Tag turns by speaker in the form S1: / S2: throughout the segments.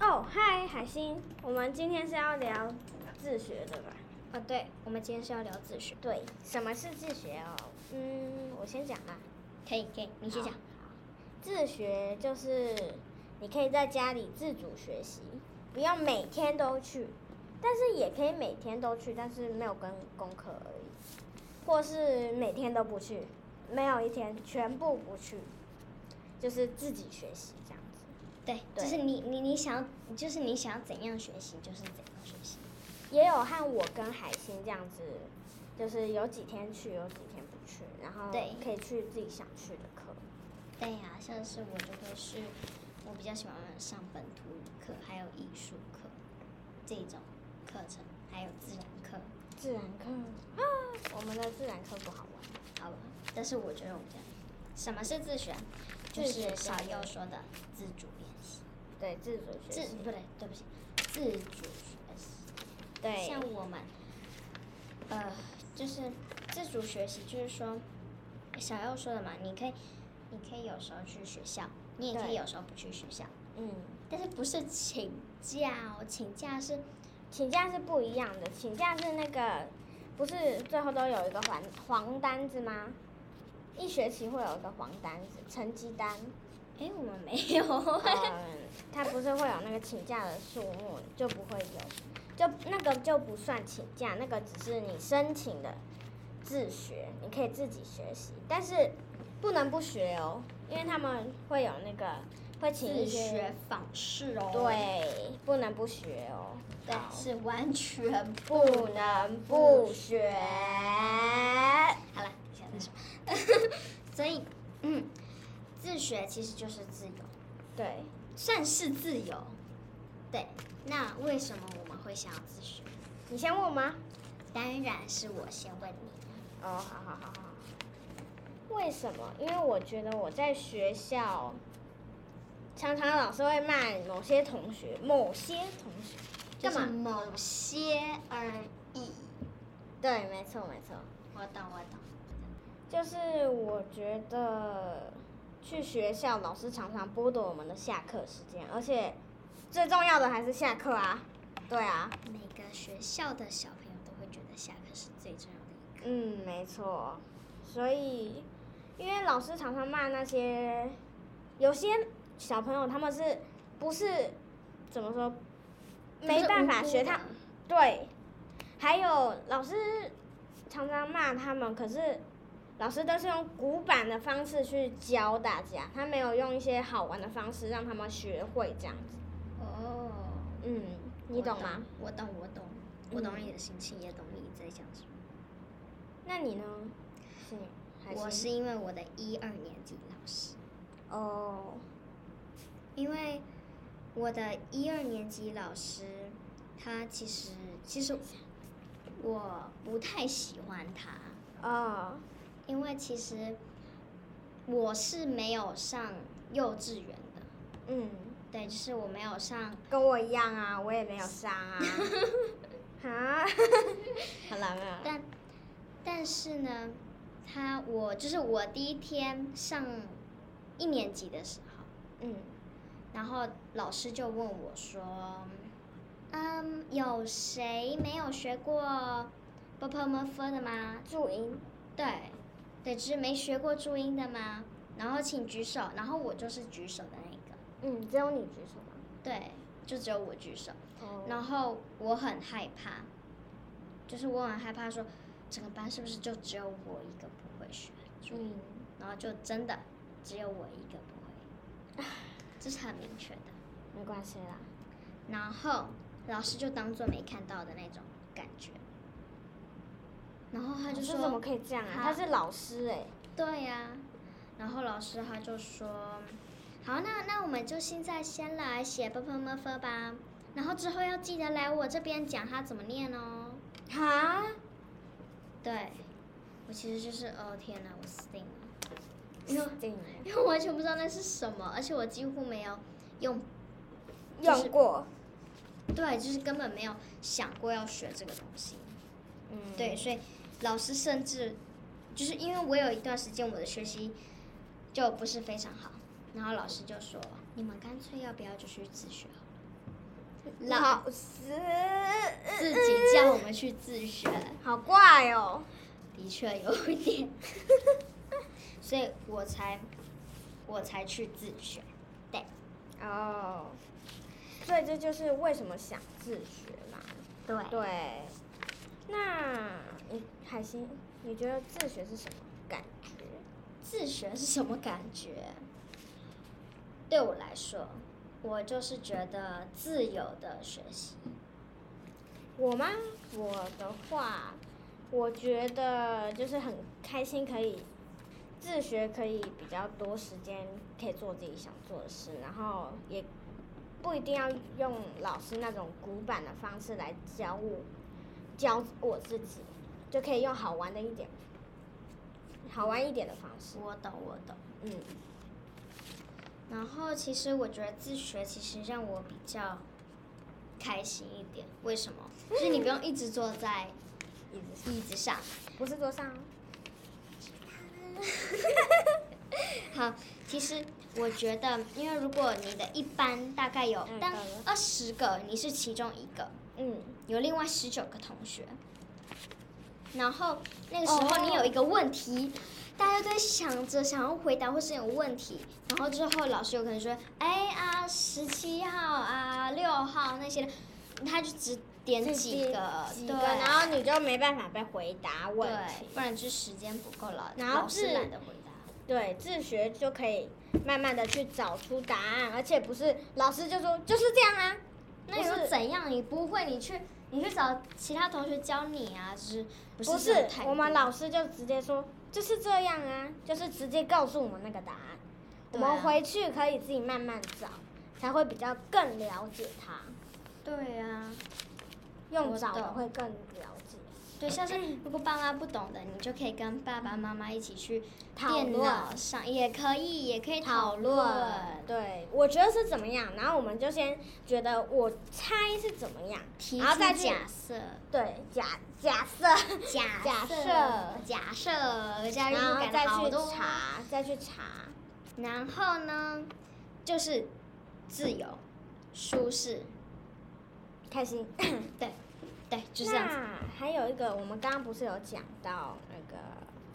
S1: 哦心，我们今天是要聊自学的吧？
S2: 啊，对，我们今天是要聊自学。
S1: 对，什么是自学哦？嗯，我先讲吧。
S2: 可以，可以，你先讲
S1: 好。自学就是你可以在家里自主学习，不要每天都去，但是也可以每天都去，但是没有跟功课而已，或是每天都不去，没有一天全部不去，就是自己学习这样子。
S2: 对，
S1: 对
S2: 就是你你你想要，就是你想要怎样学习，就是怎样学习。
S1: 也有和我跟海星这样子，就是有几天去，有几天不去，然后
S2: 对
S1: 可以去自己想去的课。
S2: 对呀、像是我就会是，我比较喜欢上本土语课，还有艺术课这种课程，还有自然课，
S1: 自然课啊，我们的自然课不好玩。
S2: 好吧？但是我觉得我比较，什么是自学？啊就
S1: 自学
S2: 是小
S1: 对
S2: 右说的自主练习，
S1: 对，自主学
S2: 自
S1: 习。
S2: 不对，对不起，自主学习。
S1: 对，
S2: 像我们，呃，就是自主学习，就是说，小右说的嘛，你可以，你可以有时候去学校，你也可以
S1: 对
S2: 有时候不去学校，
S1: 嗯，
S2: 但是不是请假哦？请假是，
S1: 请假是不一样的，请假是那个不是最后都有一个黄黄单子吗？一学期会有一个黄单子，成绩单。
S2: 哎，我们没有，
S1: 嗯， 他不是会有那个请假的数目，就不会有，就那个就不算请假，那个只是你申请的自学，你可以自己学习，但是不能不学哦，因为他们会有那个会请一
S2: 自
S1: 些
S2: 学访视哦，，
S1: 对，不能不学哦，
S2: 对，
S1: 好
S2: 是完全不
S1: 不能不学。
S2: 好了，你想再说， 所以，嗯，自学其实就是自由。
S1: 对，
S2: 算是自由。对，那为什么我们会想要自学？
S1: 你先问我吗？
S2: 当然是我先问你。
S1: 哦，好好好好。为什么？因为我觉得我在学校，常常老师会骂某些同学，某些同学干
S2: 就是
S1: 嘛？
S2: 某些而已。
S1: 对，没错没错，
S2: 我懂，我懂。
S1: 就是我觉得去学校，老师常常剥夺我们的下课时间，而且最重要的还是下课啊。对啊，
S2: 每个学校的小朋友都会觉得下课是最重要的一课。
S1: 嗯，没错。所以，因为老师常常骂那些有些小朋友，他们是不是怎么说，没办法学他
S2: 他。们是无辜
S1: 对，还有老师常常骂他们，可是老师都是用古板的方式去教大家，他没有用一些好玩的方式让他们学会这样子。
S2: 的哦，
S1: 嗯，你懂吗？
S2: 我懂？我懂，我懂，我懂你的心情，也懂你在讲什么。
S1: 那你呢？是你还
S2: 我是因为我的一二年级老师。
S1: 哦，
S2: 因为我的一二年级老师，他其实其实我不太喜欢他，
S1: 哦，
S2: 因为其实我是没有上幼稚园的，
S1: 嗯。
S2: 对，就是我没有上，
S1: 跟我一样啊，我也没有上 啊。啊，好了没有啦？
S2: 但但是呢，他我就是我第一天上一年级的时候，
S1: 嗯，
S2: 然后老师就问我说：“嗯，有谁没有学过 b p m f 的吗？
S1: 注音，
S2: 对，对，就是没学过注音的吗？然后请举手。然后我就是举手的那一个，
S1: 嗯，只有你举手吗？
S2: 对，就只有我举手。
S1: 哦
S2: 然后我很害怕，就是我很害怕说，整个班是不是就只有我一个不会学注音？
S1: 嗯，
S2: 然后就真的只有我一个不会， 这是很明确的。
S1: 没关系啦。
S2: 然后老师就当做没看到的那种感觉。然后哦他就
S1: 老师
S2: 说：“
S1: 怎么可以这样啊？他
S2: 他
S1: 是老师
S2: 欸
S1: 哎、
S2: 对呀、然后老师他就说：“好，那那我们就现在先来写 b p m f 吧，然后之后要记得来我这边讲它怎么念哦。
S1: 哈，”
S2: 对，我其实就是哦天哪，我死定了， 因为
S1: 定
S2: 因为我完全不知道那是什么，而且我几乎没有用，
S1: 用过，
S2: 对，就是根本没有想过要学这个东西。
S1: 嗯，
S2: 对，，所以老师甚至就是因为我有一段时间我的学习就不是非常好，然后老师就说你们干脆要不要就去自学好了？老
S1: 老师
S2: 自己叫我们去自学，
S1: 好怪哦。
S2: 的确有一点， 所以我才我才去自学。对，
S1: 哦，所以这就是为什么想自学嘛。
S2: 对
S1: 对，那你海星，你觉得自学是什么感觉？
S2: 自学是什么感觉？对我来说，我就是觉得自由的学习。
S1: 我吗？我的话，我觉得就是很开心，可以自学，可以比较多时间，可以做自己想做的事，然后也不一定要用老师那种古板的方式来教我，教我自己，就可以用好玩的一点，好玩一点的方式。
S2: 我懂，我懂。
S1: 嗯，
S2: 然后其实我觉得自学其实让我比较开心一点。为什么？就是你不用一直坐在
S1: 椅子上
S2: 椅子上。
S1: 不是桌上哦，
S2: 好，其实我觉得，因为如果你的一班大概有
S1: 嗯
S2: 当
S1: 当然
S2: 二十个，你是其中一个，
S1: 嗯，
S2: 有另外十九个同学，然后那个时候你有一个问题。大家都在想着想要回答或是有问题，然后之后老师有可能说，哎啊十七号啊六号那些的，他就只点
S1: 自
S2: 几
S1: 己
S2: 个，
S1: 几
S2: 对
S1: 个，，然后你就没办法被回答问题
S2: 对，。不然就时间不够了，
S1: 然后
S2: 老师
S1: 自
S2: 懒得回答，
S1: 对，自学就可以慢慢的去找出答案，而且不是老师就说就是这样啊，
S2: 那
S1: 不
S2: 又
S1: 是
S2: 怎样？你不会，你去你去找其他同学教你啊，就是不
S1: 不
S2: 是
S1: 是
S2: 这种态
S1: 我们
S2: 度
S1: 老师就直接说就是这样啊，就是直接告诉我们那个答案，我
S2: 对啊
S1: 们回去可以自己慢慢找，才会比较更了解它，
S2: 对啊，
S1: 用
S2: 我
S1: 找的
S2: 懂
S1: 会更了解。
S2: 对，像是如果爸妈不懂的，你就可以跟爸爸妈妈一起去
S1: 讨
S2: 电
S1: 论
S2: 脑上，也可以，也可以讨论，
S1: 对，我觉得是怎么样，然后我们就先觉得我猜是怎么样，
S2: 提
S1: 然后
S2: 出
S1: 再去
S2: 假设，
S1: 对假假设，
S2: 假
S1: 假
S2: 设，假设，假
S1: 然
S2: 设
S1: 后再
S2: 感好
S1: 去
S2: 多。哦
S1: 查，再去查。
S2: 然后呢，就是自由、舒适，
S1: 开心，
S2: 对，对，就这样子。
S1: 那还有一个，我们刚刚不是有讲到那个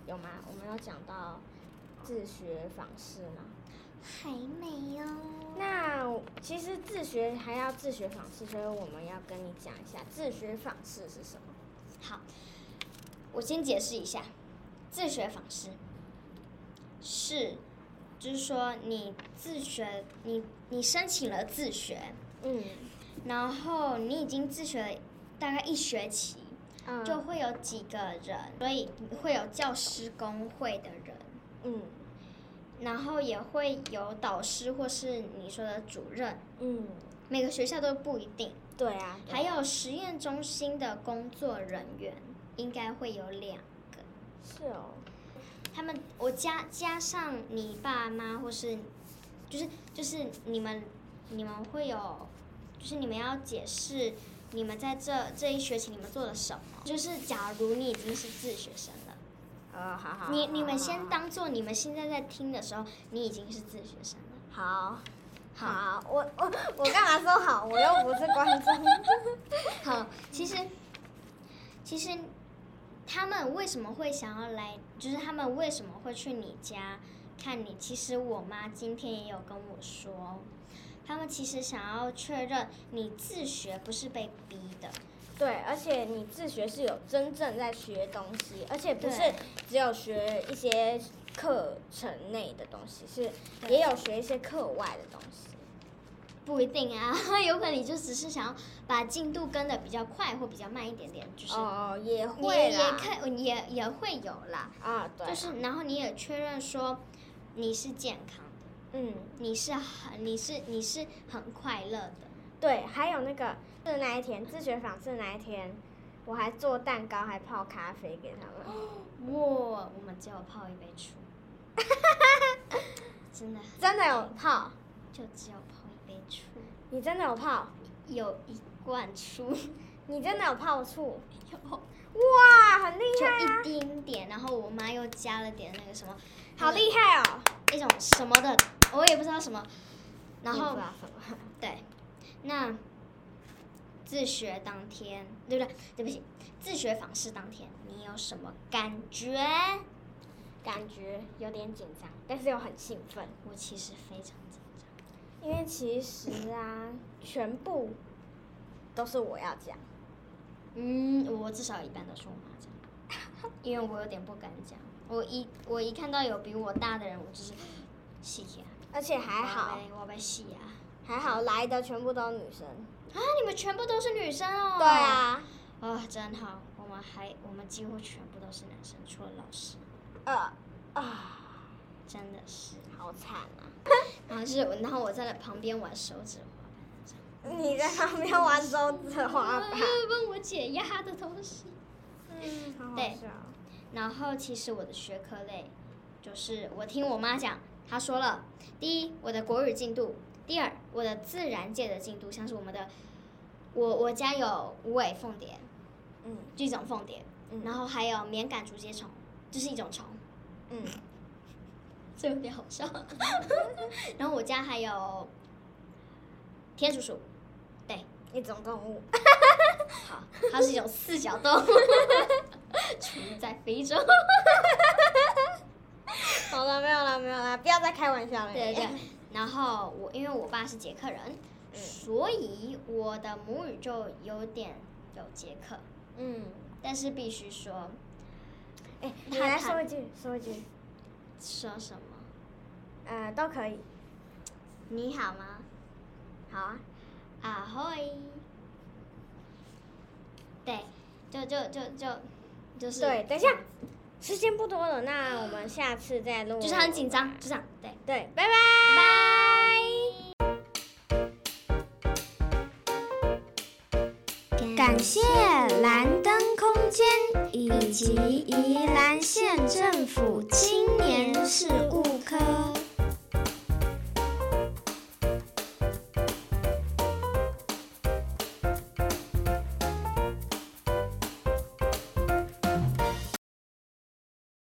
S1: 有吗？我们有讲到自学方式吗？
S2: 还没哦。
S1: 那其实自学还要自学方式，所以我们要跟你讲一下自学方式是什么。
S2: 好，我先解释一下，自学方式是，就是说你自学，你你申请了自学，
S1: 嗯，
S2: 然后你已经自学大概一学期，
S1: 嗯
S2: 就会有几个人，所以会有教师工会的人，
S1: 嗯
S2: 然后也会有导师或是你说的主任，
S1: 嗯，
S2: 每个学校都不一定，
S1: 对啊，
S2: 还有实验中心的工作人员应该会有两个。
S1: 是哦，
S2: 他们我加加上你爸妈或是，就是就是你们你们会有，就是你们要解释你们在这这一学期你们做了什么。就是假如你已经是自学生了，
S1: 呃，好好，
S2: 你
S1: 好
S2: 你们
S1: 好
S2: 先
S1: 好
S2: 当做你们现在在听的时候，你已经是自学生了。
S1: 好。好，我我我干嘛说好？我又不是观 众。
S2: 好，其实其实他们为什么会想要来，就是他们为什么会去你家看你？其实我妈今天也有跟我说，哦他们其实想要确认你自学不是被逼的，
S1: 对，而且你自学是有真正在学东西，而且不是
S2: 对
S1: 只有学一些课程内的东西，是也有学一些课外的东西。
S2: 不一定啊， 有可能你就只是想要把进度跟的比较快或比较慢一点点，就是
S1: 哦，也
S2: 你
S1: 会
S2: 也也
S1: 啦。
S2: 可也也会有啦，
S1: 啊，对啦，
S2: 就是然后你也确认说你是健康的。
S1: 嗯，
S2: 你是很你是你是很快乐的，
S1: 对，还有那个是那一天自学访是那一天，我还做蛋糕，还泡咖啡给他 们，
S2: 哇，我们只有泡一杯醋， 真的
S1: 真的有泡，
S2: 就只有泡一杯醋，
S1: 你真的有泡，
S2: 有一罐醋，
S1: 你真的有泡醋，
S2: 有
S1: 哇，很厉害 啊，
S2: 就一丁点，然后我妈又加了点那个什么，
S1: 好厉害哦，
S2: 一种什么的，我也不知道什么，然
S1: 你不
S2: 后
S1: 知道什么
S2: 对，那自学当天，对不对？对不起，
S1: 嗯
S2: 自学访视当天，你有什么感觉？
S1: 感觉有点紧张，但是又很兴奋，
S2: 我其实非常紧张。
S1: 因为其实啊，全部都是我要讲，
S2: 嗯，我至少一半都是我妈讲， 因为我有点不敢讲。我一我一看到有比我大的人，我就是戏呀，
S1: 而且还好
S2: 我要被我被戏呀。
S1: 还好来的全部都是女生。
S2: 啊，你们全部都是女生哦。
S1: 对。啊，
S2: 啊、真好，我们还我们几乎全部都是男生，除了老师，
S1: 呃啊，
S2: 真的是。
S1: 好惨啊！
S2: 然后是，然后我在旁边玩手指滑板，这样
S1: 你在旁边玩手指滑板，
S2: 帮我解压的东西。
S1: 嗯，好好
S2: 对
S1: 笑。
S2: 然后其实我的学科类，就是我听我妈讲，她说了，第一我的国语进度，第二我的自然界的进度，像是我们的，我我家有无尾凤蝶，
S1: 嗯
S2: 就一种凤蝶，
S1: 嗯
S2: 然后还有棉杆竹节虫，这、是一种虫，
S1: 嗯，
S2: 这有点好笑。然后我家还有天竺鼠，对，
S1: 一种动物。
S2: 好，它是一种四脚动物，处于在非洲。
S1: 好了，没有了，没有了，不要再开玩笑了。
S2: 对对对。 然后我因为我爸是捷克人，
S1: 哎嗯
S2: 所以我的母语就有点有捷克，
S1: 嗯，
S2: 但是必须说
S1: 哎、你
S2: 他
S1: 来
S2: 他
S1: 说一句，说一句，
S2: 说什么？
S1: 呃，都可以。
S2: 你好吗？好啊，啊会。对，就就就就就是
S1: 对等一下时间不多了，那我们下次再录。
S2: 就是很紧张，就这样对。
S1: 对，拜拜。
S2: 拜。
S3: 感谢蓝灯空间以及宜兰县政府青年事务科。